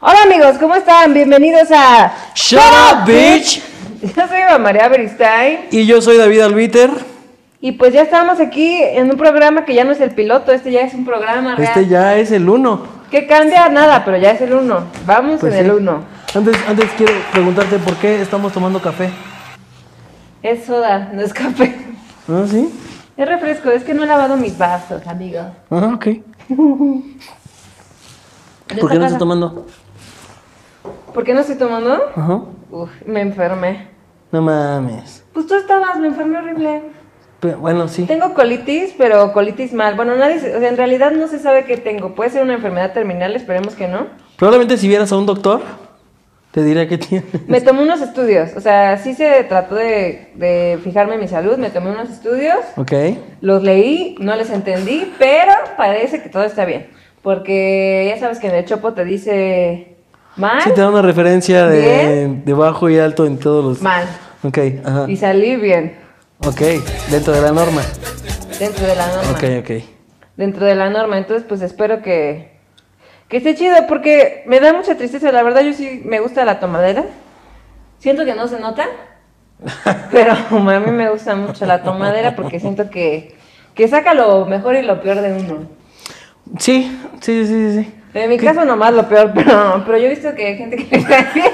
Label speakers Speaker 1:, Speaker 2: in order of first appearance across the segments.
Speaker 1: Hola amigos, ¿cómo están? Bienvenidos a
Speaker 2: Shut up, bitch.
Speaker 1: Yo soy Eva María Beristain
Speaker 2: Y yo soy David Albiter.
Speaker 1: y pues ya estamos aquí en un programa que ya no es el piloto, este ya es un programa real.
Speaker 2: Este ya es el uno.
Speaker 1: Que cambia nada, pero ya es el uno. Vamos
Speaker 2: Pues
Speaker 1: en el
Speaker 2: sí.
Speaker 1: uno.
Speaker 2: Antes, antes quiero preguntarte por qué estamos tomando café.
Speaker 1: Es soda, no es café.
Speaker 2: ¿Ah, sí?
Speaker 1: Es refresco, es que no he lavado mis vasos, amigos.
Speaker 2: Ah, ok. ¿Por qué no estás tomando?
Speaker 1: ¿Por qué no estoy tomando?
Speaker 2: Ajá.
Speaker 1: Uf, me enfermé.
Speaker 2: No mames.
Speaker 1: Pues tú estabas, me enfermé horrible.
Speaker 2: Pero, bueno, sí.
Speaker 1: Tengo colitis, pero colitis mal. Bueno, nadie, se- o sea, en realidad no se sabe qué tengo. Puede ser una enfermedad terminal, esperemos que no.
Speaker 2: Probablemente si vieras a un doctor, te diría que tiene.
Speaker 1: Me tomé unos estudios, o sea, sí se trató de, de fijarme en mi salud, me tomé unos estudios,
Speaker 2: Ok.
Speaker 1: los leí, no les entendí, pero parece que todo está bien. Porque ya sabes que en el chopo te dice mal,
Speaker 2: Sí, te da una referencia de,
Speaker 1: Bien.
Speaker 2: de bajo y alto en todos los.
Speaker 1: mal.
Speaker 2: Ok, ajá.
Speaker 1: Y salí bien,
Speaker 2: Ok, dentro de la norma.
Speaker 1: dentro de la norma.
Speaker 2: Ok, ok.
Speaker 1: dentro de la norma. Entonces, pues espero que, que esté chido, porque me da mucha tristeza. La verdad, yo sí me gusta la tomadera. Siento que no se nota, pero a mí me gusta mucho la tomadera porque siento que, que saca lo mejor y lo peor de uno.
Speaker 2: Sí, sí, sí, sí. sí.
Speaker 1: En mi caso, nomás lo peor, pero, pero yo he visto que hay gente que le cae bien.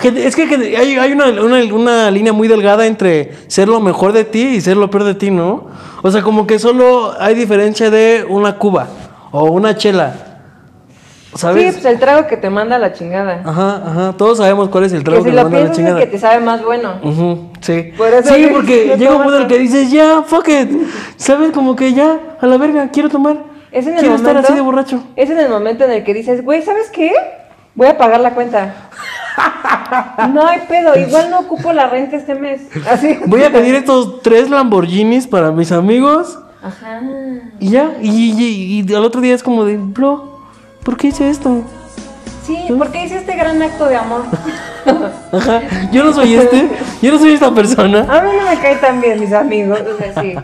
Speaker 2: Que- Es que, que hay, hay una, una- una línea muy delgada entre ser lo mejor de ti y ser lo peor de ti, ¿no? O sea, como que solo hay diferencia de una cuba o una chela.
Speaker 1: Sí,
Speaker 2: ¿Sabes?
Speaker 1: pues el trago que te manda a la chingada.
Speaker 2: Ajá, ajá. Todos sabemos cuál es el
Speaker 1: Que
Speaker 2: trago que,
Speaker 1: si
Speaker 2: le
Speaker 1: lo
Speaker 2: manda a la
Speaker 1: piensas es el
Speaker 2: chingada.
Speaker 1: que te sabe más bueno.
Speaker 2: Ujú, sí.
Speaker 1: Por eso
Speaker 2: sí,
Speaker 1: yo- yo
Speaker 2: porque llega un
Speaker 1: tomo
Speaker 2: punto en el
Speaker 1: todo.
Speaker 2: que dices, ya, fuck it. ¿Sabes? Como que ya, a la verga, quiero tomar.
Speaker 1: Es en el
Speaker 2: quiero
Speaker 1: momento,
Speaker 2: estar así de borracho.
Speaker 1: Es en el momento en el que dices, güey, ¿sabes qué? Voy a pagar la cuenta. No hay pedo, igual no ocupo la renta este mes. Así.
Speaker 2: Voy a pedir estos tres Lamborghinis para mis amigos.
Speaker 1: Ajá.
Speaker 2: Y ya, y, y- y- y al otro día es como de, bro, ¿por qué hice esto?
Speaker 1: Sí, porque hice este gran acto de amor.
Speaker 2: Ajá, yo no soy este, yo no soy esta persona.
Speaker 1: A mí no me caen tan bien mis amigos. O sea, sí.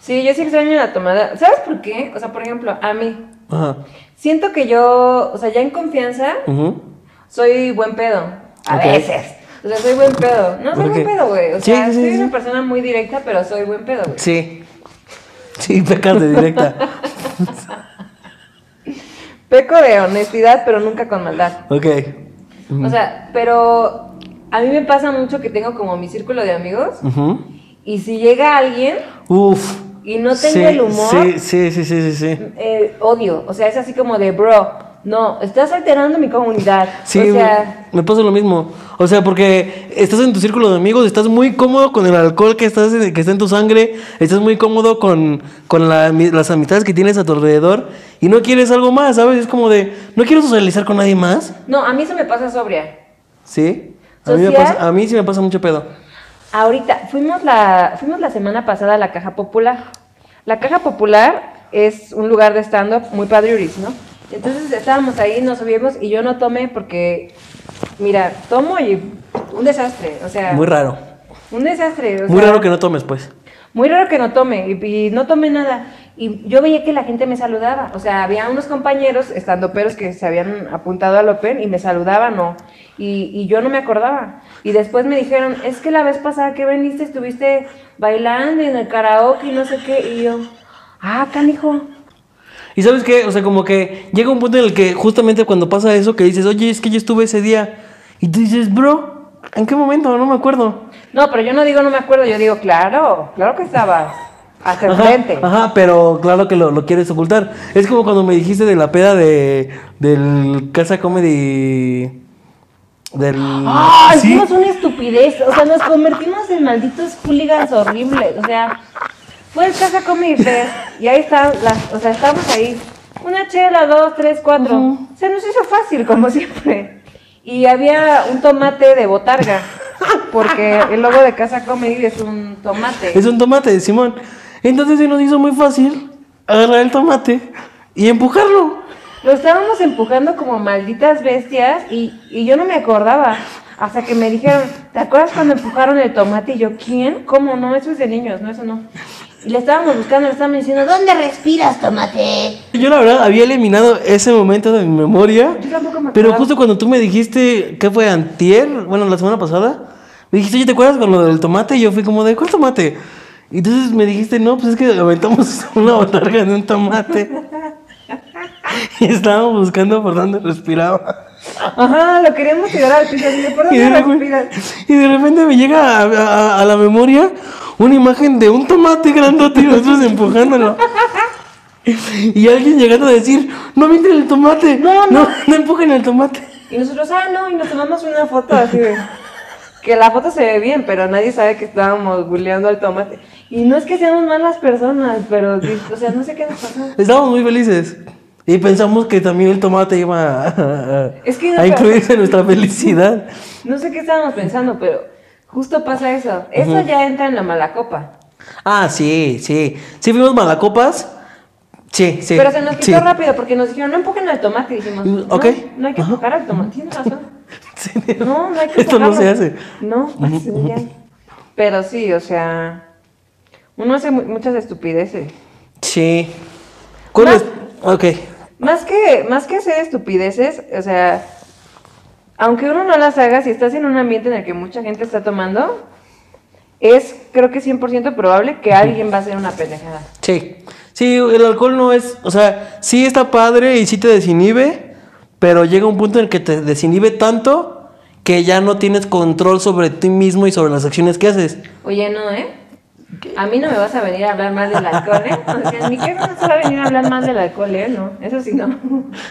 Speaker 1: Sí, yo sí extraño la tomada. ¿Sabes por qué? O sea, por ejemplo, a mí.
Speaker 2: Ajá,
Speaker 1: Siento que yo, o sea, ya en confianza,
Speaker 2: ujú.
Speaker 1: soy buen pedo. A
Speaker 2: Ok.
Speaker 1: veces. O sea, soy buen pedo. No, soy
Speaker 2: Ok.
Speaker 1: buen pedo, güey. O
Speaker 2: Sí,
Speaker 1: sea,
Speaker 2: sí,
Speaker 1: soy
Speaker 2: sí.
Speaker 1: una persona muy directa, pero soy buen pedo, güey.
Speaker 2: Sí, sí, pecas de directa.
Speaker 1: Peco de honestidad, pero nunca con maldad.
Speaker 2: Ok,
Speaker 1: O
Speaker 2: Mm.
Speaker 1: sea, pero a mí me pasa mucho que tengo como mi círculo de amigos
Speaker 2: ujú.
Speaker 1: y si llega alguien
Speaker 2: Uf.
Speaker 1: y no tengo
Speaker 2: sí,
Speaker 1: el humor,
Speaker 2: Sí, sí, sí, sí, sí, sí.
Speaker 1: eh, odio. O sea, es así como de, bro, no, estás alterando mi comunidad.
Speaker 2: Sí,
Speaker 1: o sea,
Speaker 2: me pasa lo mismo. O sea, porque estás en tu círculo de amigos, estás muy cómodo con el alcohol que, estás en- que está en tu sangre, estás muy cómodo con, con la ami- las amistades que tienes a tu alrededor y no quieres algo más, ¿sabes? Es como de, no quiero socializar con nadie más.
Speaker 1: no, a mí se me pasa sobria.
Speaker 2: Sí. A mí, me
Speaker 1: ¿Social?
Speaker 2: pasa- a mí sí me pasa mucho pedo.
Speaker 1: Ahorita, fuimos la, fuimos la semana pasada a la Caja Popular. La Caja Popular es un lugar de stand-up muy padriuris, ¿no? Entonces estábamos ahí, nos subimos y yo no tomé porque, mira, tomo y un desastre, o sea,
Speaker 2: Muy raro.
Speaker 1: un desastre. o
Speaker 2: Muy
Speaker 1: sea,
Speaker 2: raro que no tomes, pues.
Speaker 1: Muy raro que no tome y, y no tomé nada. Y yo veía que la gente me saludaba, o sea, había unos compañeros estandoperos que se habían apuntado al Open y me saludaban, ¿no? Y, y yo no me acordaba. Y después me dijeron, es que la vez pasada que viniste estuviste bailando en el karaoke y no sé qué, y yo, ah, canijo.
Speaker 2: Y sabes qué, o sea, como que llega un punto en el que justamente cuando pasa eso que dices, oye, es que yo estuve ese día. Y tú dices, bro, ¿en qué momento? No me acuerdo.
Speaker 1: No, pero yo no digo no me acuerdo, yo digo, claro, claro que estaba hasta el
Speaker 2: Ajá,
Speaker 1: frente.
Speaker 2: ajá, pero claro que lo, lo quieres ocultar. Es como cuando me dijiste de la peda de del Casa Comedy del
Speaker 1: ¡Ay!
Speaker 2: ¿Sí?
Speaker 1: Hicimos una estupidez. O sea, nos convertimos en malditos hooligans horribles. O sea, fue el Casa Comedy Fest y ahí está, las, o sea, estamos ahí. Una chela, dos, tres, cuatro. Se nos hizo fácil, como siempre. Y había un tomate de botarga. Porque el logo de Casa Comedy es un tomate.
Speaker 2: Es un tomate, Simón. Entonces se nos hizo muy fácil agarrar el tomate y empujarlo.
Speaker 1: Lo estábamos empujando como malditas bestias y, y yo no me acordaba. Hasta que me dijeron, ¿te acuerdas cuando empujaron el tomate? Y yo, ¿quién? ¿Cómo no? Eso es de niños, no, eso no. Y le estábamos buscando, le estábamos diciendo, ¿dónde respiras, tomate?
Speaker 2: Yo la verdad había eliminado ese momento de mi memoria.
Speaker 1: Yo tampoco me
Speaker 2: Pero
Speaker 1: acordaba.
Speaker 2: justo cuando tú me dijiste, ¿qué fue antier? Bueno, la semana pasada. Me dijiste, oye, ¿te acuerdas con lo del tomate? Y yo fui como, ¿de cuál tomate? Y entonces me dijiste, no, pues es que aventamos una botarga de un tomate. y estábamos buscando por dónde respiraba.
Speaker 1: Ajá, lo queríamos tirar al piso, así de, ¿por
Speaker 2: Y
Speaker 1: dónde
Speaker 2: de,
Speaker 1: respiras?
Speaker 2: repente, y de repente me llega a, a- a la memoria una imagen de un tomate grandote y nosotros empujándolo. Y alguien llegando a decir, no mienten el tomate,
Speaker 1: No,
Speaker 2: no,
Speaker 1: no.
Speaker 2: no, empujen el tomate.
Speaker 1: Y nosotros, ah, no, y nos tomamos una foto así de... Que la foto se ve bien, pero nadie sabe que estábamos buleando al tomate. Y no es que seamos malas personas, pero, o sea, no sé qué nos pasó.
Speaker 2: Estábamos muy felices. Y pensamos que también el tomate iba a, a-
Speaker 1: Es que no
Speaker 2: a
Speaker 1: te-
Speaker 2: incluirse en nuestra felicidad.
Speaker 1: No sé qué estábamos pensando, pero justo pasa eso. Eso ya entra en la mala copa.
Speaker 2: Ah, sí, sí. Sí fuimos malacopas. Sí, sí.
Speaker 1: pero se nos quitó
Speaker 2: sí.
Speaker 1: rápido porque nos dijeron, no empujen al tomate. Y dijimos,
Speaker 2: Mm,
Speaker 1: no,
Speaker 2: ok.
Speaker 1: no hay que
Speaker 2: Ajá.
Speaker 1: empujar al tomate. Tienes razón.
Speaker 2: Sí.
Speaker 1: No, no hay que
Speaker 2: Esto no
Speaker 1: empujarlo.
Speaker 2: se hace.
Speaker 1: No, así ya. Pero sí, o sea, uno hace mu- muchas estupideces.
Speaker 2: Sí. ¿Cuál
Speaker 1: Más-
Speaker 2: es? Ok.
Speaker 1: Más que, más que hacer estupideces, o sea, aunque uno no las haga, si estás en un ambiente en el que mucha gente está tomando, es creo que 100% probable que alguien va a hacer una pendejada.
Speaker 2: Sí. Sí, el alcohol no es, o sea, sí está padre y sí te desinhibe, pero llega un punto en el que te desinhibe tanto que ya no tienes control sobre ti mismo y sobre las acciones que haces.
Speaker 1: Oye, no, ¿eh? A mí no me vas a venir a hablar más del alcohol, ¿eh? O sea, en mi casa no se va a venir a hablar más del alcohol, ¿eh? No, eso sí no.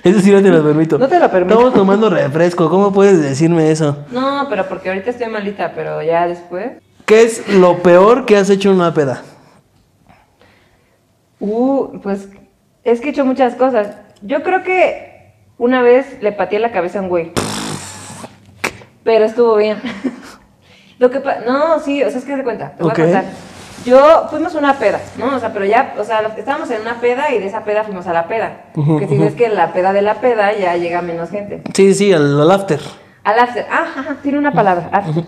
Speaker 2: Eso sí no te lo permito.
Speaker 1: No te lo permito.
Speaker 2: Estamos tomando refresco, ¿cómo puedes decirme eso?
Speaker 1: No, pero porque ahorita estoy malita, pero ya después.
Speaker 2: ¿Qué es lo peor que has hecho en una peda?
Speaker 1: Uh, pues es que he hecho muchas cosas. Yo creo que una vez le pateé la cabeza a un güey. Pero estuvo bien. Lo que pa- no, sí, o sea, es que se cuenta, te voy
Speaker 2: Ok.
Speaker 1: a contar. Yo fuimos a una peda, ¿no? O sea, pero ya, o sea, estábamos en una peda y de esa peda fuimos a la peda.
Speaker 2: Ujú,
Speaker 1: que si ves que la peda de la peda ya llega menos gente.
Speaker 2: Sí, sí, al, al after.
Speaker 1: Al after. Ah, ajá, tiene una palabra. after.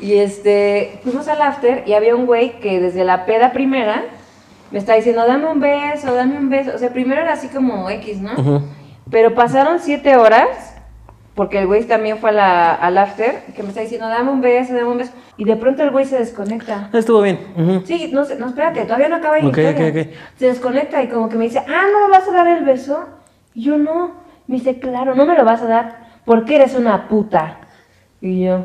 Speaker 1: Y este, fuimos al after y había un güey que desde la peda primera me está diciendo, dame un beso, dame un beso. O sea, primero era así como X, ¿no?
Speaker 2: Ujú.
Speaker 1: Pero pasaron siete horas, porque el güey también fue a la- al after, que me está diciendo, dame un beso, dame un beso. Y de pronto el güey se desconecta.
Speaker 2: Estuvo bien. ujú.
Speaker 1: Sí, no, sé, no, espérate, todavía no acaba la
Speaker 2: Ok,
Speaker 1: historia.
Speaker 2: ok, ok.
Speaker 1: Se desconecta y como que me dice, ah, ¿no me vas a dar el beso? Y yo, no. Me dice, claro, no me lo vas a dar porque eres una puta. Y yo,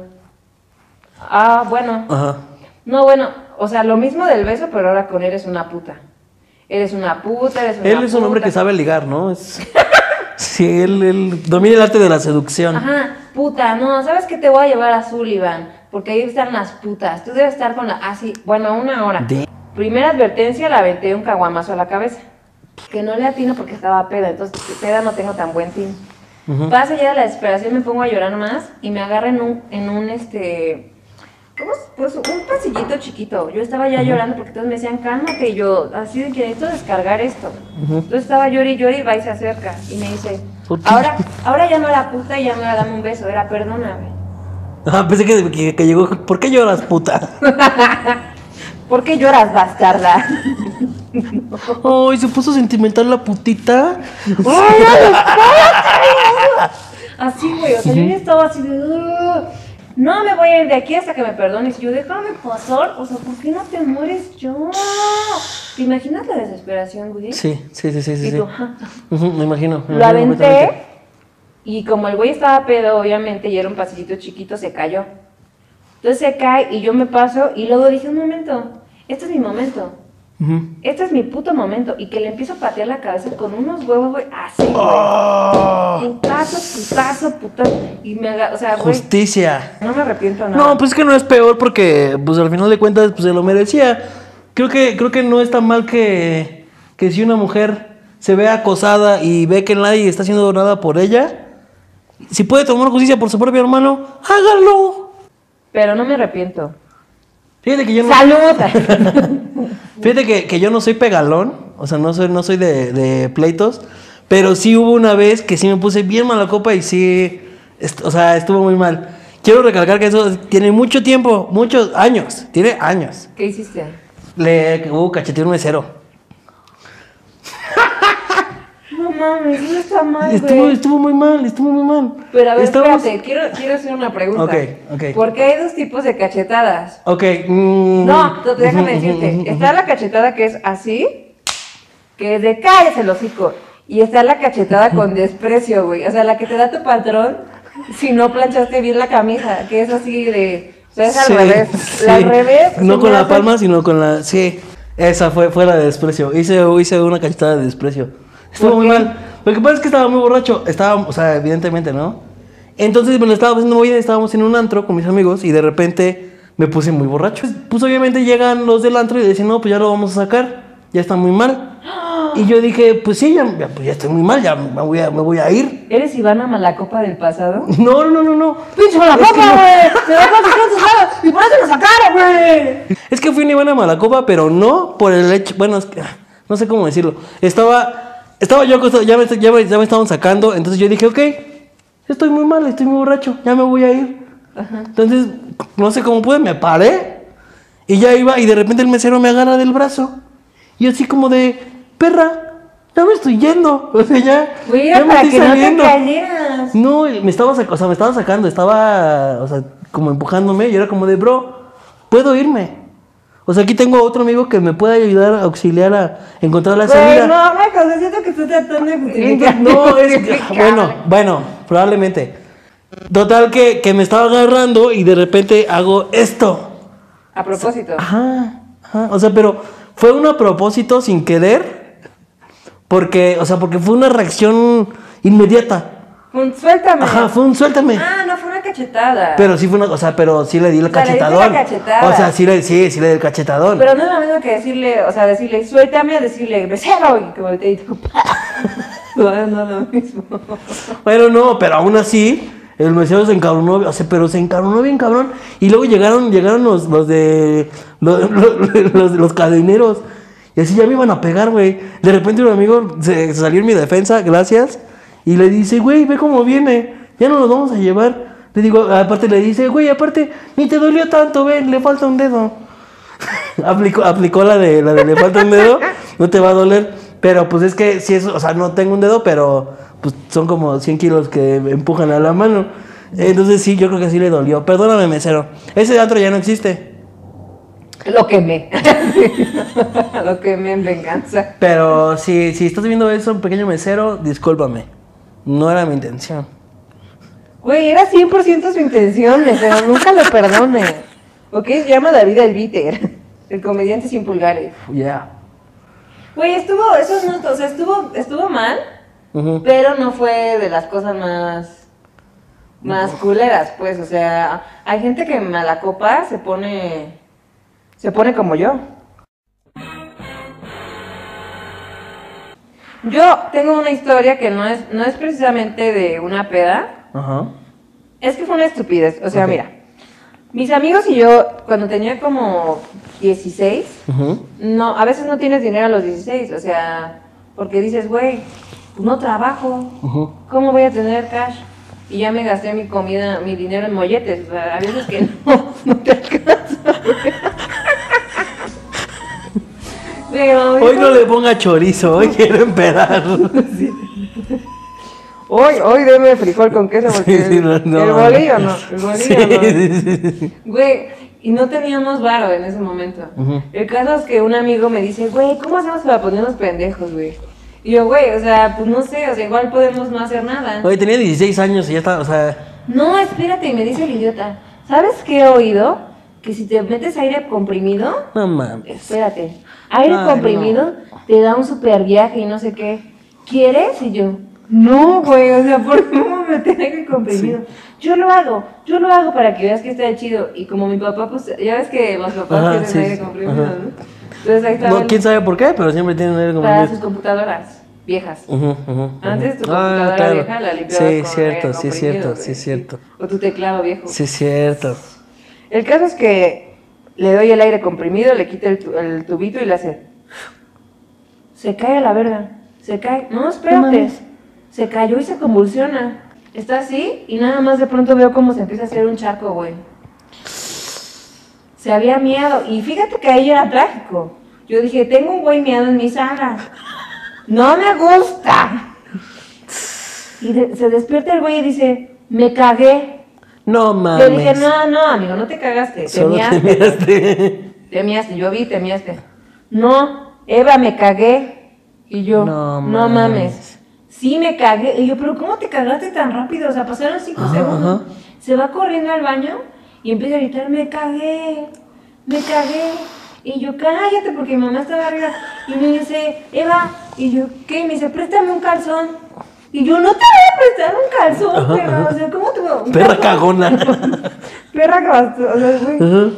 Speaker 1: ah, bueno.
Speaker 2: Ajá.
Speaker 1: No, bueno, o sea, lo mismo del beso, pero ahora con eres una puta. Eres una puta, eres una
Speaker 2: Él es un hombre
Speaker 1: puta.
Speaker 2: que sabe ligar, ¿no? Es... Sí, él, él domina el arte de la seducción.
Speaker 1: Ajá, puta, no, ¿sabes qué te voy a llevar a Sullivan? Porque ahí están las putas. Tú debes estar con la. Así, bueno, una hora.
Speaker 2: De-
Speaker 1: Primera advertencia, la aventé un caguamazo a la cabeza. Que no le atino porque estaba peda, entonces peda no tengo tan buen tin. Pasa ya de la desesperación, me pongo a llorar más y me agarra en un, en un este. ¿Cómo? es? Pues un pasillito chiquito. Yo estaba ya llorando porque todos me decían, cálmate. Y yo, así de que necesito descargar esto. Entonces estaba llorando y llorando y va y se acerca y me dice,
Speaker 2: ¿Por qué?
Speaker 1: ahora, ahora ya no era puta y ya no era dame un beso, era perdóname.
Speaker 2: Ah, pensé que, que- que llegó. ¿Por qué lloras, puta?
Speaker 1: ¿Por qué lloras, bastarda?
Speaker 2: Ay, se puso sentimental la putita.
Speaker 1: ¡Ay, no, espérate! Así, güey, o sea, yo ya estaba así de... "Ugh, No me voy a ir de aquí hasta que me perdones. Y Yo, déjame pasar, o sea, ¿por qué no te mueres yo? ¿Te imaginas la desesperación, güey?
Speaker 2: Sí, sí, sí, sí, sí.
Speaker 1: Y
Speaker 2: sí.
Speaker 1: tú, ajá.
Speaker 2: Ujú, me imagino. me
Speaker 1: Lo
Speaker 2: imagino
Speaker 1: aventé
Speaker 2: completamente.
Speaker 1: y como el güey estaba pedo, obviamente, y era un pasillito chiquito, se cayó. Entonces se cae y yo me paso y luego dije, un momento, este es mi momento.
Speaker 2: Ujú.
Speaker 1: Este es mi puto momento. Y que le empiezo a patear la cabeza con unos huevos, güey, así, güey. Putazo, putazo, putazo. Y me aga- o sea, güey,
Speaker 2: Justicia.
Speaker 1: no me arrepiento nada.
Speaker 2: No, pues es que no es peor porque, pues al final de cuentas, pues se lo merecía. Creo que, creo que no es tan mal que, que si una mujer se ve acosada y ve que nadie está haciendo nada por ella, si puede tomar justicia por su propio hermano, hágalo.
Speaker 1: Pero no me arrepiento.
Speaker 2: Fíjate que yo no.
Speaker 1: ¡Salud!
Speaker 2: Fíjate que, que yo no soy pegalón, o sea, no soy, no soy de, de pleitos, pero sí hubo una vez que sí me puse bien mala copa y sí, est- o sea, estuvo muy mal. Quiero recalcar que eso tiene mucho tiempo, muchos años, tiene años.
Speaker 1: ¿Qué hiciste?
Speaker 2: Le uh, cacheteó un mesero.
Speaker 1: No mames, no está mal,
Speaker 2: Estuvo,
Speaker 1: güey.
Speaker 2: estuvo muy mal, estuvo muy mal.
Speaker 1: Pero a ver,
Speaker 2: Estamos-
Speaker 1: espérate, quiero, quiero hacer una pregunta.
Speaker 2: Ok, ok.
Speaker 1: Porque hay dos tipos de cachetadas.
Speaker 2: Ok. mm.
Speaker 1: No, te- déjame
Speaker 2: Ujú, ujú,
Speaker 1: decirte.
Speaker 2: ujú,
Speaker 1: Está la cachetada que es así, que es de cállese el hocico. Y está la cachetada con desprecio, güey. O sea, la que te da tu patrón si no planchaste bien la camisa, que es así de. O sea, es al
Speaker 2: Sí,
Speaker 1: revés. La al
Speaker 2: sí.
Speaker 1: revés. se
Speaker 2: No con
Speaker 1: me
Speaker 2: la
Speaker 1: hace-
Speaker 2: palma, sino con la. Sí. Esa fue, fue la de desprecio. Hice, hice una cachetada de desprecio. Estuvo
Speaker 1: ¿Por
Speaker 2: muy
Speaker 1: qué?
Speaker 2: mal. Lo que pasa es que estaba muy borracho. Estaba, o sea, evidentemente, ¿no? Entonces me lo estaba haciendo muy bien. Estábamos en un antro con mis amigos y de repente me puse muy borracho. Pues obviamente llegan los del antro y dicen, no, pues ya lo vamos a sacar. Ya está muy mal. Y yo dije, pues sí, ya, ya- pues ya estoy muy mal, ya me voy a, me voy a ir.
Speaker 1: ¿Eres Ivana Malacopa del pasado?
Speaker 2: No, no, no, no, no.
Speaker 1: ¡Pinche
Speaker 2: Malacopa,
Speaker 1: güey! ¡Se dejó tus manos y por eso lo sacaron, güey!
Speaker 2: Es que fui una Ivana Malacopa, pero no por el hecho. Bueno, es que, ah, no sé cómo decirlo. Estaba. Estaba yo acostado, ya me, ya, me, ya me estaban sacando. Entonces yo dije, ok, estoy muy mal, estoy muy borracho, ya me voy a ir. Entonces, no sé cómo pude, me paré. Y ya iba, y de repente el mesero me agarra del brazo. Y así como de, perra, ya me estoy yendo. O sea, ya.
Speaker 1: Güey,
Speaker 2: ya
Speaker 1: era
Speaker 2: me
Speaker 1: para
Speaker 2: estoy
Speaker 1: que no te
Speaker 2: saliendo.
Speaker 1: cayeras.
Speaker 2: No, me estaba, sac- o sea, me estaba sacando, estaba, o sea, como empujándome y era como de, bro, puedo irme. O sea, aquí tengo otro amigo que me puede ayudar a auxiliar a encontrar la
Speaker 1: Güey,
Speaker 2: salida.
Speaker 1: no, Marcos, yo siento que estás tratando de justificar.
Speaker 2: Pues, No, es
Speaker 1: Justificar.
Speaker 2: bueno, bueno, probablemente. Total que, que me estaba agarrando y de repente hago esto.
Speaker 1: A propósito.
Speaker 2: Ajá, ajá. O sea, pero fue un a propósito sin querer. Porque, o sea, porque fue una reacción inmediata.
Speaker 1: Un, Pues, suéltame.
Speaker 2: Ajá, fue un suéltame.
Speaker 1: Ah, no, fue una cachetada.
Speaker 2: Pero sí fue una, o sea, pero sí le di el
Speaker 1: sea, le diste la
Speaker 2: cachetadón.
Speaker 1: cachetada.
Speaker 2: O sea, sí le, sí, sí le di el cachetadón.
Speaker 1: Pero no es lo mismo que decirle, o sea, decirle, suéltame, a decirle, mesero, y que voltee y tú, pa. No, no es lo mismo.
Speaker 2: Bueno, no, pero aún así, el mesero se encabronó, o sea, pero se encabronó bien cabrón. Y luego llegaron, llegaron los, los de los, los, los- los cadeneros. Y así ya me iban a pegar, güey. De repente un amigo se, se salió en mi defensa, gracias. Y le dice, güey, ve cómo viene. Ya no los vamos a llevar. Le digo, aparte le dice, güey, aparte, ni te dolió tanto, ven, le falta un dedo. aplicó, aplicó la de la de le falta un dedo, no te va a doler. Pero pues es que si es, o sea, no tengo un dedo, pero pues son como 100 kilos que me empujan a la mano. Entonces sí, yo creo que sí le dolió. Perdóname, mesero. Ese antro ya no existe.
Speaker 1: Lo quemé. Lo quemé en venganza.
Speaker 2: Pero si, si estás viendo eso, pequeño mesero, discúlpame. No era mi intención.
Speaker 1: Güey, era 100% su intención, pero nunca lo perdone. ¿O qué se llama David Albiter? El comediante sin pulgares.
Speaker 2: Ya.
Speaker 1: Güey, estuvo, eso es no, o sea, estuvo, estuvo mal,
Speaker 2: Ujú.
Speaker 1: pero no fue de las cosas más, más culeras, pues, o sea, hay gente que en la copa se pone, se pone como yo. Yo tengo una historia que no es, no es precisamente de una peda,
Speaker 2: Ajá.
Speaker 1: es que fue una estupidez. O sea,
Speaker 2: Ok.
Speaker 1: mira, mis amigos y yo, cuando tenía como 16,
Speaker 2: Ujú.
Speaker 1: no, a veces no tienes dinero a los 16, o sea, porque dices, güey, pues no trabajo,
Speaker 2: Ujú.
Speaker 1: ¿cómo voy a tener cash? Y ya me gasté mi comida, mi dinero en molletes, o sea, a veces que no, no te alcanza. Pero
Speaker 2: Hoy
Speaker 1: eso-
Speaker 2: no le ponga chorizo, hoy quiero empedar.
Speaker 1: hoy, hoy deme frijol con queso, porque
Speaker 2: Sí, sí,
Speaker 1: el,
Speaker 2: no, no.
Speaker 1: el bolillo no, el bolillo
Speaker 2: Sí,
Speaker 1: no.
Speaker 2: sí, sí, sí.
Speaker 1: Güey, y no teníamos varo en ese momento.
Speaker 2: Ujú.
Speaker 1: El caso es que un amigo me dice, güey, ¿cómo hacemos para ponernos pendejos, güey? Y yo, güey, o sea, pues no sé, o sea, igual podemos no hacer nada.
Speaker 2: Oye, tenía 16 años y ya estaba, o sea.
Speaker 1: No, espérate, y me dice el idiota, ¿sabes qué he oído? Que si te metes aire comprimido,
Speaker 2: No mames.
Speaker 1: espérate, aire
Speaker 2: Ay,
Speaker 1: comprimido te da un super viaje y no sé qué. ¿Quieres? Y yo, no, güey, o sea, ¿por qué me voy a meter aire comprimido? Yo lo hago, yo lo hago para que veas que está chido. Y como mi papá, pues, ya ves que los papás
Speaker 2: Ajá,
Speaker 1: tienen
Speaker 2: sí,
Speaker 1: aire
Speaker 2: sí,
Speaker 1: comprimido,
Speaker 2: ajá.
Speaker 1: ¿no? Entonces ahí estaba
Speaker 2: No, quién sabe por qué, pero siempre tienen aire como.
Speaker 1: para sus computadoras viejas.
Speaker 2: Ujú, ujú, ujú.
Speaker 1: Antes tu
Speaker 2: Ah,
Speaker 1: computadora
Speaker 2: claro.
Speaker 1: vieja la limpiabas
Speaker 2: Sí,
Speaker 1: con
Speaker 2: cierto,
Speaker 1: aire
Speaker 2: sí,
Speaker 1: comprimido,
Speaker 2: cierto,
Speaker 1: güey.
Speaker 2: sí, cierto.
Speaker 1: O tu teclado viejo.
Speaker 2: Sí, cierto.
Speaker 1: El caso es que le doy el aire comprimido, le quita el, tu- el tubito y le hace. Se cae a la verga. Se cae. No,
Speaker 2: No
Speaker 1: espérate.
Speaker 2: mames.
Speaker 1: Se cayó y se convulsiona. Está así y nada más de pronto veo cómo se empieza a hacer un charco, güey. se había miado. Y fíjate que ahí era trágico. Yo dije, tengo un güey miado en mi sala. No me gusta. Y de- se despierta el güey y dice, me cagué. Yo
Speaker 2: No mames.
Speaker 1: dije, no, no, amigo, no te cagaste. Te
Speaker 2: Solo te
Speaker 1: miaste.
Speaker 2: miraste.
Speaker 1: Te miaste, yo vi, te miaste. No, Eva, me cagué. Y yo,
Speaker 2: No
Speaker 1: no,
Speaker 2: mames.
Speaker 1: mames. Sí, me cagué. Y yo, pero ¿cómo te cagaste tan rápido? O sea, pasaron cinco
Speaker 2: Ajá,
Speaker 1: segundos.
Speaker 2: ajá.
Speaker 1: Se va corriendo al baño y empieza a gritar, me cagué, me cagué. Y yo, cállate, porque mi mamá estaba arriba. Y me dice, Eva, y yo, ¿qué? Y me dice, préstame un calzón. Y yo, no te voy a prestar un calzón, perra. O sea, ¿cómo te voy a- un
Speaker 2: Perra
Speaker 1: calzón?
Speaker 2: cagona.
Speaker 1: Perra cagona. O sea, güey.
Speaker 2: Ajá.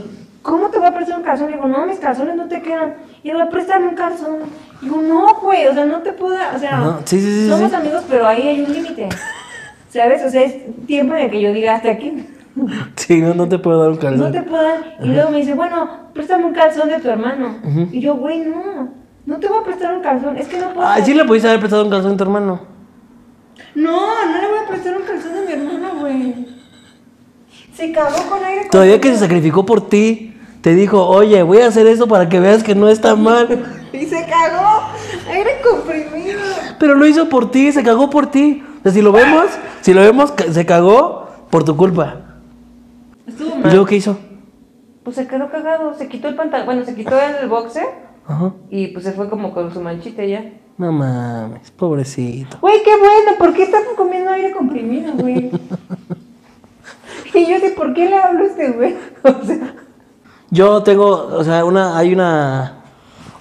Speaker 1: ¿Cómo te voy a prestar un calzón? Le digo, no, mis calzones no te quedan. Y le voy a prestarme un calzón. Y digo, no, güey, o sea, no te puedo. dar- O sea,
Speaker 2: Ajá, sí, sí, sí,
Speaker 1: somos
Speaker 2: sí.
Speaker 1: amigos, pero ahí hay un límite. ¿Sabes? O sea, es tiempo en el que yo diga hasta aquí.
Speaker 2: Sí, no, no te puedo dar un
Speaker 1: No
Speaker 2: calzón.
Speaker 1: te puedo dar. Y luego me dice, bueno, préstame un calzón de tu hermano.
Speaker 2: Ujú.
Speaker 1: Y yo, güey, no. No te voy a prestar un calzón. Es que no puedo.
Speaker 2: Ah, sí le pudiste haber prestado un calzón a tu hermano.
Speaker 1: No, no le voy a prestar un calzón a mi hermano, güey. Se cagó con aire.
Speaker 2: Todavía que
Speaker 1: comprimido.
Speaker 2: se sacrificó por ti. Te dijo, oye, voy a hacer eso para que veas que no está mal.
Speaker 1: Y se cagó. Aire comprimido.
Speaker 2: Pero lo hizo por ti, se cagó por ti. O sea, si lo vemos, si lo vemos, ca- se cagó por tu culpa.
Speaker 1: Estuvo
Speaker 2: ¿Y
Speaker 1: mal.
Speaker 2: luego qué hizo?
Speaker 1: Pues se quedó cagado, se quitó el pantalón, bueno, se quitó el boxer
Speaker 2: Ajá.
Speaker 1: y pues se fue como con su manchita ya.
Speaker 2: No mames, pobrecito.
Speaker 1: Güey, qué bueno, ¿por qué estás comiendo aire comprimido, güey? y yo sé, ¿por qué le hablo a este güey? O sea,
Speaker 2: Yo tengo, o sea, una, hay una,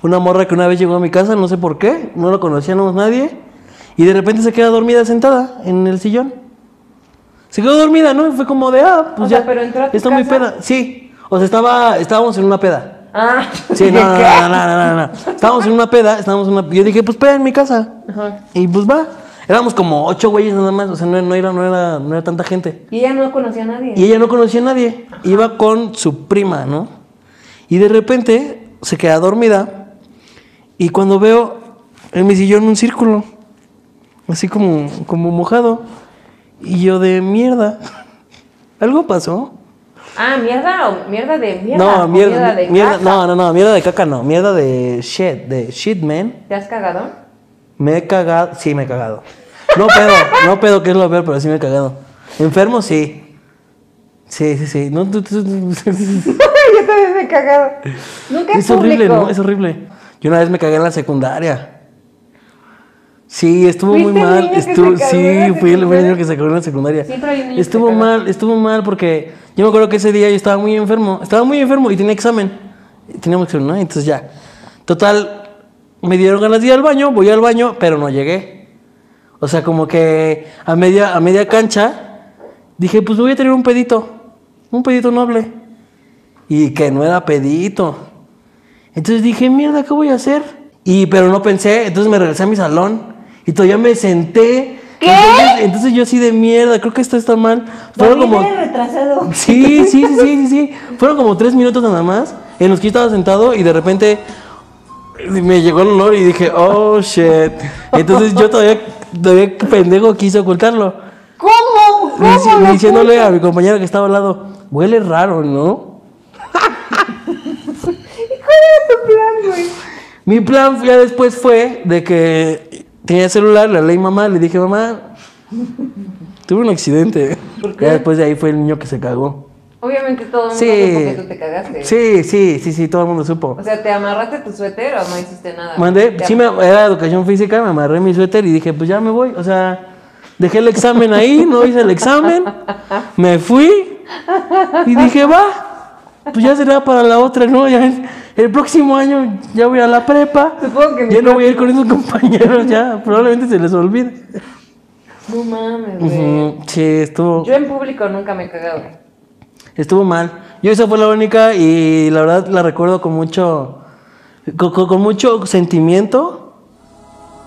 Speaker 2: una morra que una vez llegó a mi casa, no sé por qué, no la conocíamos nadie, y de repente se queda dormida sentada en el sillón. Se quedó dormida, ¿no? Y fue como de, ah, pues
Speaker 1: O
Speaker 2: ya.
Speaker 1: sea, pero entró a tu
Speaker 2: está muy
Speaker 1: casa.
Speaker 2: peda. Sí, o sea, estaba, estábamos en una peda.
Speaker 1: ah,
Speaker 2: Sí, no, no,
Speaker 1: ¿qué?
Speaker 2: no, no, no, no, no. Estábamos en una peda, estábamos en una... Yo dije, pues peda en mi casa.
Speaker 1: Ajá.
Speaker 2: Y pues va. Éramos como ocho güeyes nada más, o sea, no, no era, no, era, no era tanta gente.
Speaker 1: Y ella no conocía a nadie.
Speaker 2: Y ella no conocía a nadie. Iba con su prima, ¿no? Y de repente se queda dormida. Y cuando veo en mi sillón un círculo, así como, como mojado. Y yo de mierda. ¿Algo pasó?
Speaker 1: Ah, mierda o mierda de mierda.
Speaker 2: no,
Speaker 1: o
Speaker 2: mierda,
Speaker 1: mierda de
Speaker 2: mierda-
Speaker 1: caca.
Speaker 2: no, no, no, mierda de caca no, mierda de shit, de shit, man.
Speaker 1: ¿Te has cagado?
Speaker 2: Me he cagado. Sí, me he cagado. No pedo, no pedo, que es lo peor, pero sí me he cagado. Enfermo, sí. Sí, sí, sí. No, tú- tú- tú-
Speaker 1: yo también me he cagado. Nunca en
Speaker 2: es horrible,
Speaker 1: público.
Speaker 2: ¿no? Es horrible. Yo una vez me cagué en la secundaria. Sí, estuvo muy
Speaker 1: ¿Fuiste el
Speaker 2: mal.
Speaker 1: niño que se
Speaker 2: Estuvo,
Speaker 1: cagó
Speaker 2: sí,
Speaker 1: en la
Speaker 2: fui el
Speaker 1: secundaria?
Speaker 2: niño que se cagó en la secundaria.
Speaker 1: Siempre hay un niño que se
Speaker 2: estuvo
Speaker 1: caga.
Speaker 2: mal, estuvo mal porque yo me acuerdo que ese día yo estaba muy enfermo. Estaba muy enfermo y tenía examen. Teníamos examen, ¿no? Entonces ya. Total, me dieron ganas de ir al baño, voy al baño, pero no llegué. O sea, como que a media, a media cancha dije, pues voy a tener un pedito. Un pedito noble. Y que no era pedito. Entonces dije, mierda, ¿qué voy a hacer? Y pero no pensé, entonces me regresé a mi salón y todavía me senté.
Speaker 1: ¿Qué?
Speaker 2: Entonces, entonces yo así de mierda, creo que esto está mal. Fueron
Speaker 1: Dormí
Speaker 2: como...
Speaker 1: de retrasado.
Speaker 2: Sí, sí, sí, sí, sí, sí. Fueron como tres minutos nada más en los que yo estaba sentado y de repente me llegó el olor y dije, oh, shit. Entonces yo todavía, todavía pendejo quise ocultarlo.
Speaker 1: ¿Cómo?
Speaker 2: Dic-
Speaker 1: ¿Cómo? lo
Speaker 2: Diciéndole a mi compañero que estaba al lado, huele raro, ¿no?
Speaker 1: ¿Cuál era tu plan, güey?
Speaker 2: Mi plan ya después fue de que tenía celular, le hablé a mi mamá, le dije, mamá, tuve un accidente.
Speaker 1: ¿Por qué?
Speaker 2: Ya después de ahí fue el niño que se cagó.
Speaker 1: Obviamente todo el mundo
Speaker 2: Sí.
Speaker 1: supo que tú te cagaste.
Speaker 2: Sí, sí, sí, sí, todo el mundo supo.
Speaker 1: O sea, ¿te amarraste tu suéter o no hiciste nada?
Speaker 2: Mandé,
Speaker 1: Te
Speaker 2: sí, me, era educación física, me amarré mi suéter y dije, pues ya me voy. O sea, dejé el examen ahí, no hice el examen, me fui y dije, va, pues ya será para la otra, ¿no? Ya el, el próximo año ya voy a la prepa.
Speaker 1: Supongo que mi
Speaker 2: Ya no voy a ir con esos compañeros, ya probablemente se les olvide.
Speaker 1: No mames, güey.
Speaker 2: Ujú, Sí, estuvo,
Speaker 1: Yo en público nunca me he cagado.
Speaker 2: estuvo mal. Yo esa fue la única y la verdad la recuerdo con mucho, con, con- con mucho sentimiento.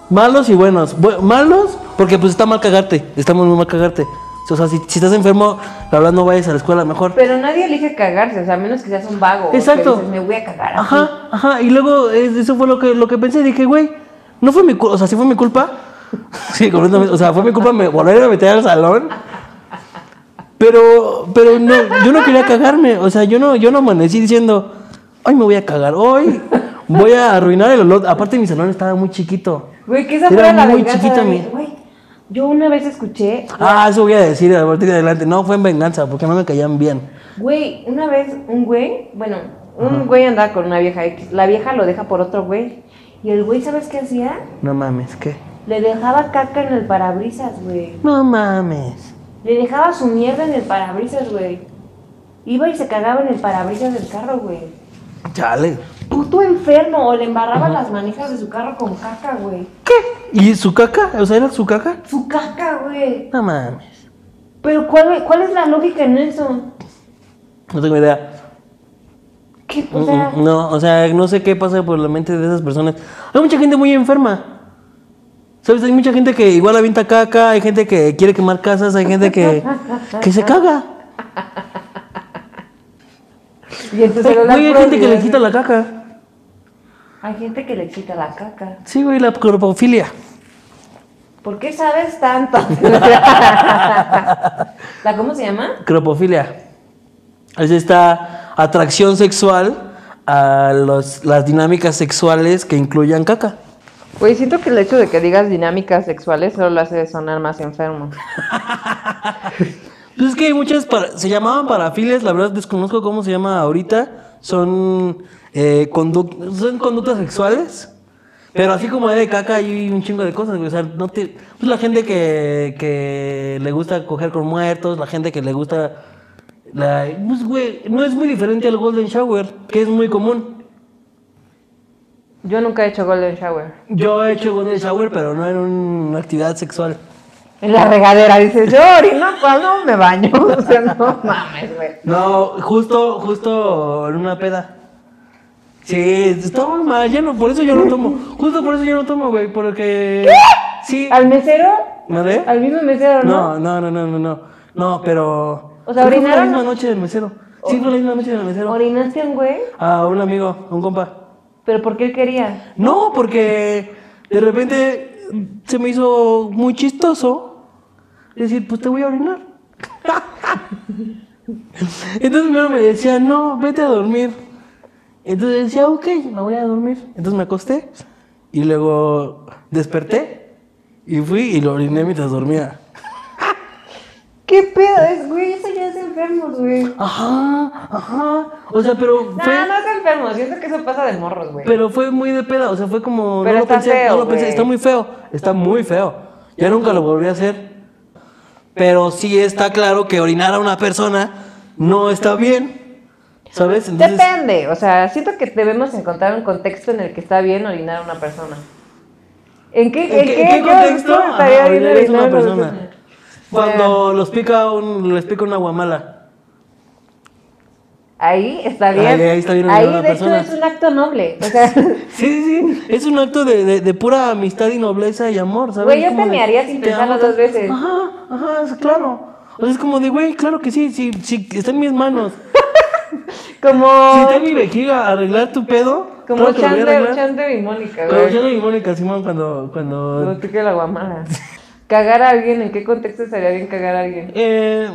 Speaker 2: Malos y buenos. Bu- malos porque pues está mal cagarte, está muy muy mal cagarte. O sea, si, si estás enfermo, la verdad no vayas a la escuela mejor.
Speaker 1: Pero nadie elige cagarse, o sea, a menos que seas un vago. o que
Speaker 2: Exacto.
Speaker 1: dices, me voy a cagar. así".
Speaker 2: Ajá, ajá. Y luego eh, eso fue lo que, lo que pensé. Dije, güey, no fue mi culpa. O sea, sí fue mi culpa. Sí, completamente. O sea, fue mi culpa me volver a meter al salón. Pero, pero no, yo no quería cagarme. O sea, yo no, yo no amanecí diciendo, hoy me voy a cagar, hoy voy a arruinar el olor. Aparte, mi salón estaba muy chiquito.
Speaker 1: Güey, que esa
Speaker 2: Era
Speaker 1: fuera la
Speaker 2: muy
Speaker 1: venganza
Speaker 2: chiquita
Speaker 1: de
Speaker 2: mi-
Speaker 1: mí. Güey, yo una vez escuché,
Speaker 2: Ah, eso voy a decir a partir de adelante. No, fue en venganza, porque no me caían bien.
Speaker 1: güey, una vez un güey, bueno, un güey andaba con una vieja X, la vieja lo deja por otro güey. Y el güey, ¿sabes qué hacía?
Speaker 2: No mames, ¿qué?
Speaker 1: Le dejaba caca en el parabrisas, güey.
Speaker 2: No mames.
Speaker 1: Le dejaba su mierda en el parabrisas, güey. Iba y se cagaba en el parabrisas del carro, güey.
Speaker 2: Chale.
Speaker 1: Puto enfermo, o le embarraba las manijas de su carro con caca, güey.
Speaker 2: ¿Qué? ¿Y su caca? O sea, ¿era su caca?
Speaker 1: Su caca, güey.
Speaker 2: No mames.
Speaker 1: Pero ¿cuál, ¿cuál es la lógica en eso?
Speaker 2: No tengo idea.
Speaker 1: ¿Qué, o sea,
Speaker 2: Mm, mm, No, o sea, no sé qué pasa por la mente de esas personas. Hay mucha gente muy enferma. ¿Sabes? Hay mucha gente que igual avienta caca, hay gente que quiere quemar casas, hay gente que, que se caga.
Speaker 1: y en tu
Speaker 2: Güey,
Speaker 1: celular
Speaker 2: hay
Speaker 1: puros
Speaker 2: gente que le
Speaker 1: videos.
Speaker 2: quita la caca.
Speaker 1: Hay gente que le quita la caca.
Speaker 2: Sí, güey, la corpofilia.
Speaker 1: ¿Por qué sabes tanto? ¿La cómo se llama?
Speaker 2: Cropofilia. Es esta atracción sexual a los- las dinámicas sexuales que incluyan caca.
Speaker 1: Güey, siento que el hecho de que digas dinámicas sexuales solo lo hace sonar más enfermo.
Speaker 2: Pues es que hay muchas, para- se llamaban parafilias, la verdad desconozco cómo se llama ahorita. Son, eh, conduc- son conductas sexuales, pero así como hay de caca hay un chingo de cosas, güey. O sea, no te, pues la gente que, que le gusta coger con muertos, la gente que le gusta... La, pues, güey, no es muy diferente al Golden Shower, que es muy común.
Speaker 1: Yo nunca he hecho golden shower.
Speaker 2: Yo he hecho golden shower, pero no en una actividad sexual.
Speaker 1: En la regadera dices, yo orino cuando me baño. O sea, no mames, güey.
Speaker 2: No, justo, justo en una peda. Sí, está muy mal, ya no, por eso yo no tomo. Justo por eso yo no tomo, güey, porque... Sí.
Speaker 1: ¿Al mesero?
Speaker 2: ¿Madre?
Speaker 1: ¿Al mismo mesero, no?
Speaker 2: No, no, no, no, no, no. No, pero...
Speaker 1: O sea,
Speaker 2: Creo que fue la
Speaker 1: orinaron-
Speaker 2: misma noche del mesero. Sí, fue la misma noche del mesero.
Speaker 1: ¿Orinaste a un güey?
Speaker 2: A un amigo, a un compa.
Speaker 1: ¿Pero por qué él quería?
Speaker 2: No, porque de repente se me hizo muy chistoso decir, pues te voy a orinar. Entonces primero me decía, no, vete a dormir. Entonces decía, ok, me voy a dormir. Entonces me acosté y luego desperté y fui y lo oriné mientras dormía.
Speaker 1: ¿Qué pedo es, güey? Eso ya es enfermos, güey.
Speaker 2: Ajá, ajá. O sea, pero
Speaker 1: No,
Speaker 2: fue,
Speaker 1: no es enfermo. Siento que eso pasa de morros, güey.
Speaker 2: pero fue muy de peda. O sea, fue como,
Speaker 1: Pero
Speaker 2: no lo
Speaker 1: está
Speaker 2: pensé,
Speaker 1: feo,
Speaker 2: no lo pensé.
Speaker 1: güey.
Speaker 2: Está muy feo, está muy feo. Ya nunca lo volví a hacer. Pero sí está claro que orinar a una persona no está bien. ¿Sabes? Entonces,
Speaker 1: Depende, o sea, siento que debemos encontrar un contexto en el que está bien orinar a una persona. ¿En qué,
Speaker 2: ¿en qué, en qué
Speaker 1: yo-
Speaker 2: contexto
Speaker 1: cómo estaría
Speaker 2: Ajá,
Speaker 1: bien
Speaker 2: orinar es una
Speaker 1: orinar a
Speaker 2: persona? Cuando los pica un, les pica una guamala.
Speaker 1: Ahí está bien.
Speaker 2: Ahí- ahí está bien orinar a
Speaker 1: Ahí,
Speaker 2: una
Speaker 1: de hecho,
Speaker 2: persona.
Speaker 1: es un acto noble. O sea,
Speaker 2: Sí, sí, sí. Es un acto de, de- de pura amistad y nobleza y amor, ¿sabes?
Speaker 1: Güey, yo
Speaker 2: Como de,
Speaker 1: temearía sin
Speaker 2: te amo,
Speaker 1: pensarlo
Speaker 2: te-
Speaker 1: dos veces.
Speaker 2: Ajá, ajá, es claro. O sea, es como de, güey, claro que sí, sí, sí, está en mis manos. Si
Speaker 1: como,
Speaker 2: está en mi vejiga arreglar tu pedo,
Speaker 1: como
Speaker 2: claro que lo voy a
Speaker 1: Chandler,
Speaker 2: arreglar.
Speaker 1: Chandler y Mónica,
Speaker 2: Como
Speaker 1: güey.
Speaker 2: Chandler y Mónica Simón cuando, cuando
Speaker 1: No te la guamala. Cagar a alguien, ¿en qué contexto estaría bien cagar a alguien?
Speaker 2: eh,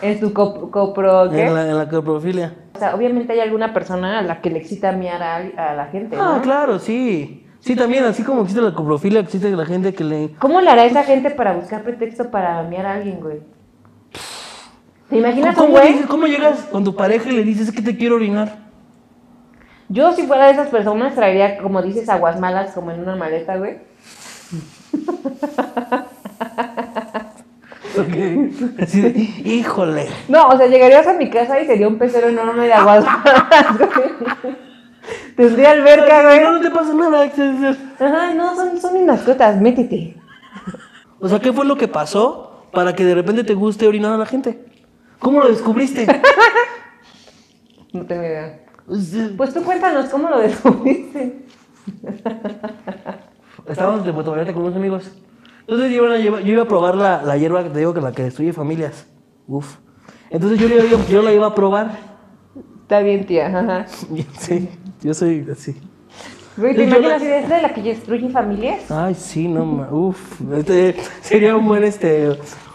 Speaker 1: En su cop- copro, ¿qué?
Speaker 2: en la, en la coprofilia.
Speaker 1: O sea, obviamente hay alguna persona a la que le excita miar a, al- a la gente, ¿no?
Speaker 2: Ah, claro, sí. Sí, también, así como existe la coprofilia, existe la gente que le...
Speaker 1: ¿Cómo le hará esa gente para buscar pretexto para amear a alguien, güey? ¿Te imaginas un
Speaker 2: ¿Cómo,
Speaker 1: güey?
Speaker 2: dices- cómo llegas con tu pareja y le dices "Es que te quiero orinar?
Speaker 1: Yo si fuera de esas personas traería, como dices, aguas malas como en una maleta, güey.
Speaker 2: Ok. Así de, híjole.
Speaker 1: No, o sea, llegarías a mi casa y sería un pecero enorme de aguas malas, güey. Tendría alberca,
Speaker 2: No,
Speaker 1: güey.
Speaker 2: no te pasa nada.
Speaker 1: Ajá, no, son, son mis mascotas, métete.
Speaker 2: O sea, ¿qué fue lo que pasó para que de repente te guste orinar a la gente? ¿Cómo lo descubriste?
Speaker 1: No tengo idea.
Speaker 2: O sea,
Speaker 1: Pues tú cuéntanos cómo lo descubriste.
Speaker 2: Estábamos de Puerto con unos amigos. Entonces yo iba a, llevar- yo iba a probar la, la hierba que te digo que la que destruye familias. Uf. Entonces yo, la iba- yo la iba a probar.
Speaker 1: Está bien, tía, ajá.
Speaker 2: Sí, yo soy así.
Speaker 1: Güey, ¿te imaginas si es de la que destruye familias?
Speaker 2: Ay, sí, no, ma- uf. Este sería un buen, este,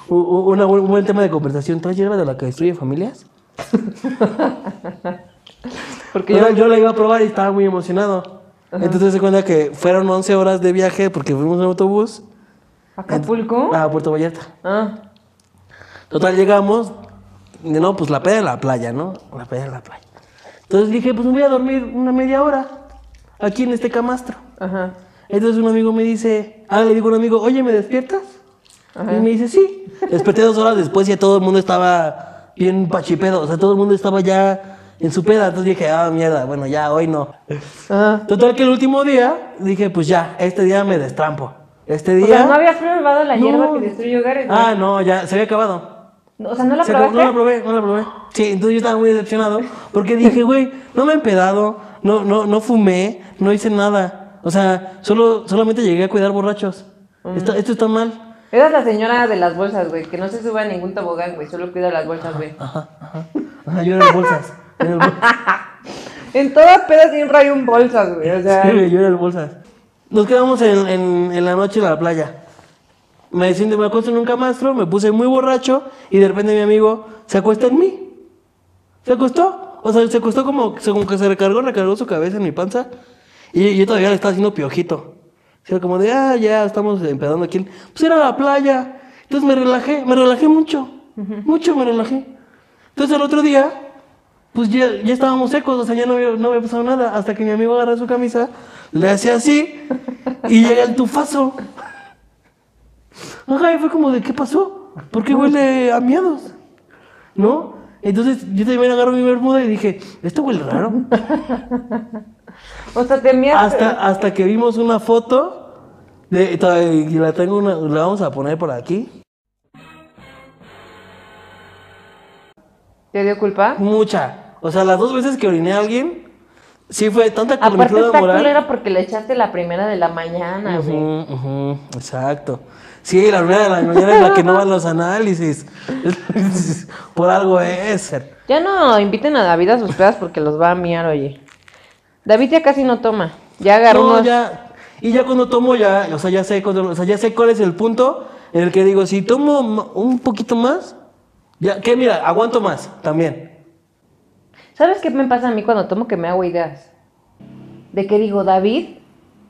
Speaker 2: u- u- una bu- un buen tema de conversación. ¿Tú has llegado a la que destruye familias?
Speaker 1: Porque
Speaker 2: O
Speaker 1: yo,
Speaker 2: sea, yo la iba a probar y estaba muy emocionado. Entonces se cuenta que fueron 11 horas de viaje porque fuimos en autobús
Speaker 1: ¿Acapulco?
Speaker 2: a Puerto Vallarta.
Speaker 1: Ah,
Speaker 2: Total, llegamos. y No, pues la peda en la playa, ¿no? La peda en la playa. Entonces dije, pues me voy a dormir una media hora aquí en este camastro.
Speaker 1: ajá.
Speaker 2: Entonces un amigo me dice, ah, le digo a un amigo, oye, ¿me despiertas? Y me dice, sí. Desperté dos horas después y ya todo el mundo estaba bien pachipedo. O sea, todo el mundo estaba ya en su peda. Entonces dije, ah, mierda, bueno, ya hoy no.
Speaker 1: Ah.
Speaker 2: Total que el último día dije, pues ya, este día me destrampo. Este
Speaker 1: O
Speaker 2: día...
Speaker 1: sea, no habías probado la
Speaker 2: No.
Speaker 1: hierba que destruye hogares. güey?
Speaker 2: Ah, no, ya, se había acabado.
Speaker 1: No, O sea, ¿no la
Speaker 2: Se acabó-
Speaker 1: probaste?
Speaker 2: no la probé, no la probé. Sí, entonces yo estaba muy decepcionado porque dije, güey, no me he empedado, no, no, no fumé, no hice nada. O sea, solo, solamente llegué a cuidar borrachos. Está- esto está mal.
Speaker 1: Eras la señora de las bolsas, güey, que no se sube a ningún tobogán, güey, solo cuida las bolsas,
Speaker 2: Ah,
Speaker 1: güey.
Speaker 2: Ajá, ajá. Ajá, yo era el bolsas. Yo era el, bol-
Speaker 1: En todas pedas siempre hay un bolsas, güey, o sea...
Speaker 2: Sí, güey, yo era el bolsas. Nos quedamos en, en- en la noche en la playa. Me siento, me acuesto en un camastro, me puse muy borracho y de repente mi amigo se acuesta en mí. Se acostó. O sea, se acostó como, se- como que se recargó, recargó su cabeza en mi panza. Y yo todavía le estaba haciendo piojito. O sea, como de, ah, ya estamos empezando aquí. Pues era la playa. Entonces me relajé, me relajé mucho. Mucho me relajé. Entonces el otro día, pues ya, ya estábamos secos, o sea, ya no había, no había pasado nada. Hasta que mi amigo agarra su camisa, le hacía así y llega el tufazo. Ajá, y fue como de, ¿qué pasó? ¿Por qué huele a miedos? ¿No? Entonces yo también agarro mi bermuda y dije, esto huele raro.
Speaker 1: O sea, te miras...
Speaker 2: Hasta, hasta que vimos una foto, de, todavía- y la tengo una, la vamos a poner por aquí.
Speaker 1: ¿Te dio culpa?
Speaker 2: Mucha. O sea, las dos veces que oriné a alguien, sí fue tanta
Speaker 1: Aparte
Speaker 2: culmitud
Speaker 1: está
Speaker 2: moral.
Speaker 1: culera porque le echaste la primera de la mañana, güey.
Speaker 2: Ujú, ujú, exacto. Sí, la primera de la mañana es la que no van los análisis. Por algo es.
Speaker 1: Ya no inviten a David a sus pedas porque los va a miar, oye. David ya casi no toma. Ya agarró
Speaker 2: No,
Speaker 1: unos-
Speaker 2: ya. Y ya cuando tomo, ya, o sea, ya sé, cuando- o sea, ya sé cuál es el punto en el que digo, si tomo ma- un poquito más, ya, que mira, aguanto más también.
Speaker 1: ¿Sabes qué me pasa a mí cuando tomo que me hago ideas? De que digo, David,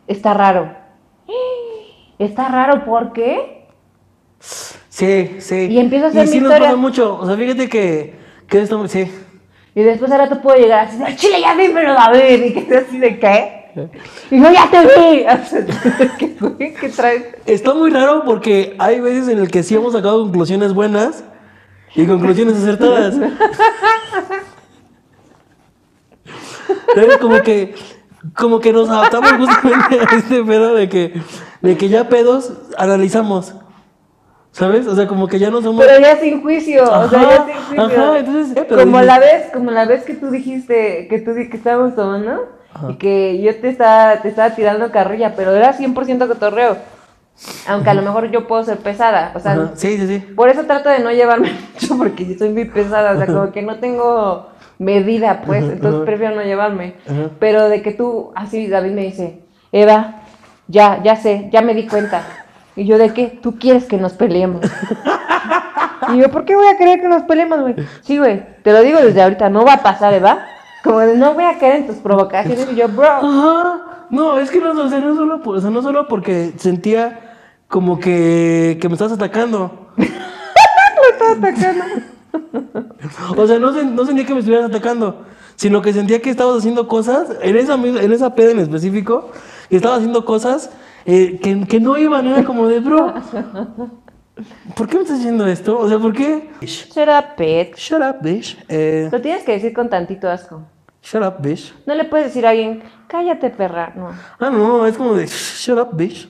Speaker 1: está raro. Está raro, ¿por qué?
Speaker 2: Sí, sí.
Speaker 1: Y empiezo a hacer
Speaker 2: y
Speaker 1: mi
Speaker 2: sí nos
Speaker 1: historia.
Speaker 2: pasa mucho. O sea, fíjate que, que esto, sí.
Speaker 1: Y después ahora tú puedo llegar así, de, "Al chile, ya dímelo, David. Y que esté así de qué. Y no, ya te vi. ¿Qué, güey? ¿Qué traes?
Speaker 2: Está muy raro porque hay veces en el que sí hemos sacado conclusiones buenas y conclusiones acertadas. Entonces, como que, como que nos adaptamos justamente a este pedo de que, de que ya pedos analizamos. ¿Sabes? O sea, como que ya no somos.
Speaker 1: Pero ya sin juicio, o sea, ya
Speaker 2: Ajá,
Speaker 1: sin juicio.
Speaker 2: ajá, entonces, eh, pero
Speaker 1: como
Speaker 2: dices-
Speaker 1: la vez, como la vez que tú dijiste que tú di- que estábamos tomando
Speaker 2: Ajá.
Speaker 1: y que yo te estaba te estaba tirando carrilla, pero era 100% cotorreo. Aunque a lo mejor yo puedo ser pesada, o sea,
Speaker 2: Ajá, Sí, sí, sí.
Speaker 1: por eso trato de no llevarme mucho porque yo soy muy pesada, o sea, como que no tengo medida, pues,
Speaker 2: Ajá,
Speaker 1: entonces
Speaker 2: ajá.
Speaker 1: prefiero no llevarme.
Speaker 2: Ajá.
Speaker 1: Pero de que tú, así David me dice, Eva, ya, ya sé, ya me di cuenta. Y yo de qué, tú quieres que nos peleemos. Y yo, ¿por qué voy a querer que nos peleemos, güey? Sí, güey, te lo digo desde ahorita, no va a pasar, Eva. Como de, no voy a caer en tus provocaciones. Y yo, bro,
Speaker 2: Ajá. No, es que no, o sea, no solo, por- o sea, no solo porque sentía como que, que me estabas atacando. me estaba atacando. o sea, no, sen- no sentía que me estuvieras atacando, sino que sentía que estabas haciendo cosas, en esa, mis- en esa peda en específico, que estabas haciendo cosas eh, que, que no iban, era como de, bro, ¿por qué me estás haciendo esto? O sea, ¿por qué?
Speaker 1: eso era pet.
Speaker 2: Shut up, bitch. Eh,
Speaker 1: Lo tienes que decir con tantito asco.
Speaker 2: shut up, bitch.
Speaker 1: No le puedes decir a alguien, cállate, perra. No.
Speaker 2: Ah, no, es como de, shut up, bitch.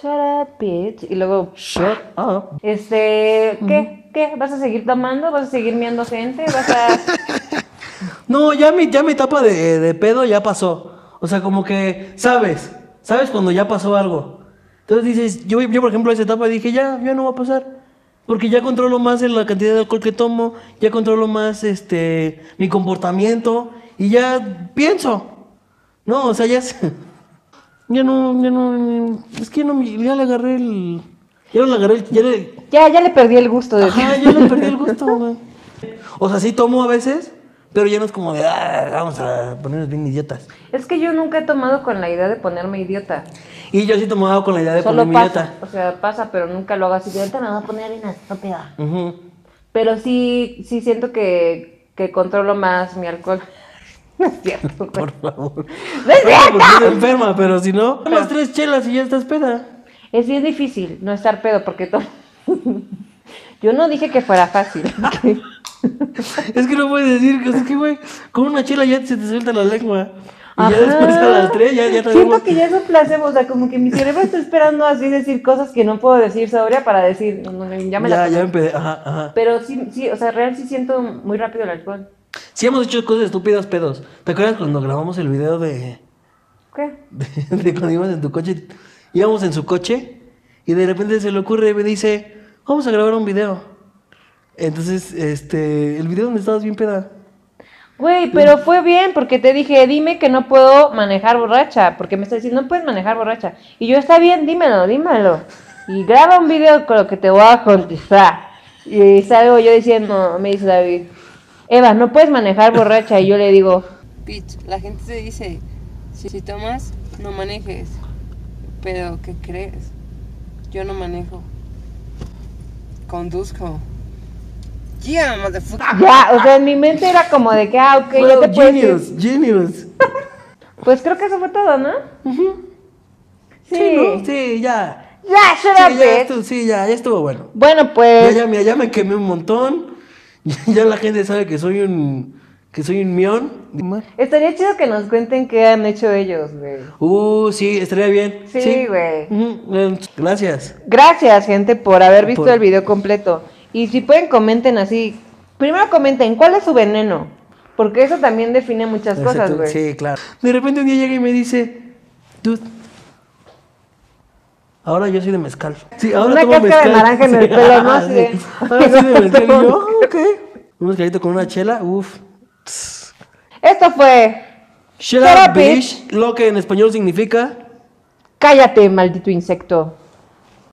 Speaker 1: Shut up, bitch. Y luego,
Speaker 2: Shut up,
Speaker 1: este, ¿qué? ¿Qué? ¿Vas a seguir tomando? ¿Vas a seguir miando gente? ¿Vas a...?
Speaker 2: No, ya mi, ya mi etapa de, de pedo ya pasó. O sea, como que sabes, sabes cuando ya pasó algo. Entonces dices, yo, yo por ejemplo, esa etapa dije, ya, ya no va a pasar. Porque ya controlo más la cantidad de alcohol que tomo, ya controlo más este, mi comportamiento y ya pienso. No, o sea, ya, se- ya no, ya no, es que no, me- ya le agarré el, Ya no le agarré, el- ya le,
Speaker 3: Ya, ya le perdí el gusto de
Speaker 2: Ajá, ya le perdí el gusto, güey. O sea, sí tomo a veces, pero ya no es como de, "Ah, vamos a ponernos bien idiotas.
Speaker 1: Es que yo nunca he tomado con la idea de ponerme idiota.
Speaker 2: Y yo sí tomaba con la idea de
Speaker 1: Solo
Speaker 2: ponerme
Speaker 1: pasa.
Speaker 2: idiota.
Speaker 1: O sea, pasa, pero nunca lo hago así. De ahorita me voy a poner bien estúpida.
Speaker 2: Ujú.
Speaker 1: Pero sí, sí siento que, que controlo más mi alcohol. No es cierto, güey.
Speaker 2: Por favor.
Speaker 1: ¡No es cierto!
Speaker 2: Porque estás enferma, pero si no, tomas tres chelas y ya estás peda.
Speaker 1: Es bien difícil no estar pedo porque todo. Yo no dije que fuera fácil.
Speaker 2: Es que no puedes decir, que- es que, güey, con una chela ya se te suelta la lengua. Y
Speaker 1: Ajá.
Speaker 2: ya después a las tres ya, ya tenemos-
Speaker 1: Siento que ya es un placebo, o sea, como que mi cerebro está esperando así decir cosas que no puedo decir sobria para decir, no, no, no, ya me la
Speaker 2: Ya,
Speaker 1: tomé.
Speaker 2: ya empecé. Ajá, ajá.
Speaker 1: Pero sí, sí, o sea, real sí siento muy rápido el alcohol.
Speaker 2: Sí hemos hecho cosas estúpidas, pedos. ¿Te acuerdas cuando grabamos el video de...
Speaker 1: ¿Qué?
Speaker 2: de, de cuando íbamos en tu coche, íbamos en su coche y de repente se le ocurre y me dice, vamos a grabar un video. Entonces, este, el video donde estabas bien peda.
Speaker 1: Güey, pero fue bien porque te dije, dime que no puedo manejar borracha, porque me está diciendo, no puedes manejar borracha. Y yo, está bien, dímelo, dímelo. Y graba un video con lo que te voy a contestar. Y salgo yo diciendo, me dice David, Eva, no puedes manejar borracha. Y yo le digo,
Speaker 4: Bitch, la gente se dice, si, si tomas, no manejes. Pero, ¿qué crees? Yo no manejo. Conduzco. Yeah, motherfucker.
Speaker 1: ya, o sea, en mi mente era como de que, ah, ok, ya te
Speaker 2: Wow,
Speaker 1: puedes ir.
Speaker 2: genius, genius.
Speaker 1: Pues creo que eso fue todo, ¿no? Sí.
Speaker 2: Sí, ¿no? sí, ya.
Speaker 1: Ya, shut
Speaker 2: Sí,
Speaker 1: up,
Speaker 2: ya
Speaker 1: bitch.
Speaker 2: estuvo, sí, ya, ya estuvo bueno.
Speaker 1: Bueno,
Speaker 2: Ya,
Speaker 1: pues,
Speaker 2: ya, mira, ya me quemé un montón. Ya, la gente sabe que soy un que soy un mión.
Speaker 1: estaría chido que nos cuenten qué han hecho ellos, güey.
Speaker 2: Uh, sí, estaría bien.
Speaker 1: Sí, güey.
Speaker 2: Ujú, eh, Gracias.
Speaker 1: Gracias, gente, por haber visto
Speaker 2: Por-
Speaker 1: el video completo. Y si pueden, comenten así. Primero comenten, ¿cuál es su veneno? Porque eso también define muchas cosas,
Speaker 2: Exacto,
Speaker 1: güey.
Speaker 2: Sí, claro. De repente un día llega y me dice, dude, ahora yo soy de mezcal. Sí, ahora
Speaker 1: Una
Speaker 2: tomo
Speaker 1: cáscara de
Speaker 2: mezcal.
Speaker 1: naranja en el pelo, ¿no?
Speaker 2: ah,
Speaker 1: Así de-
Speaker 2: sí. Ahora soy de mezcal. Y yo, "Ah, ok. Un mezcalito con una chela, uff.
Speaker 1: Esto fue
Speaker 2: Shut
Speaker 1: Shut
Speaker 2: up,
Speaker 1: up,
Speaker 2: bitch. Lo que en español significa...
Speaker 1: Cállate, maldito insecto.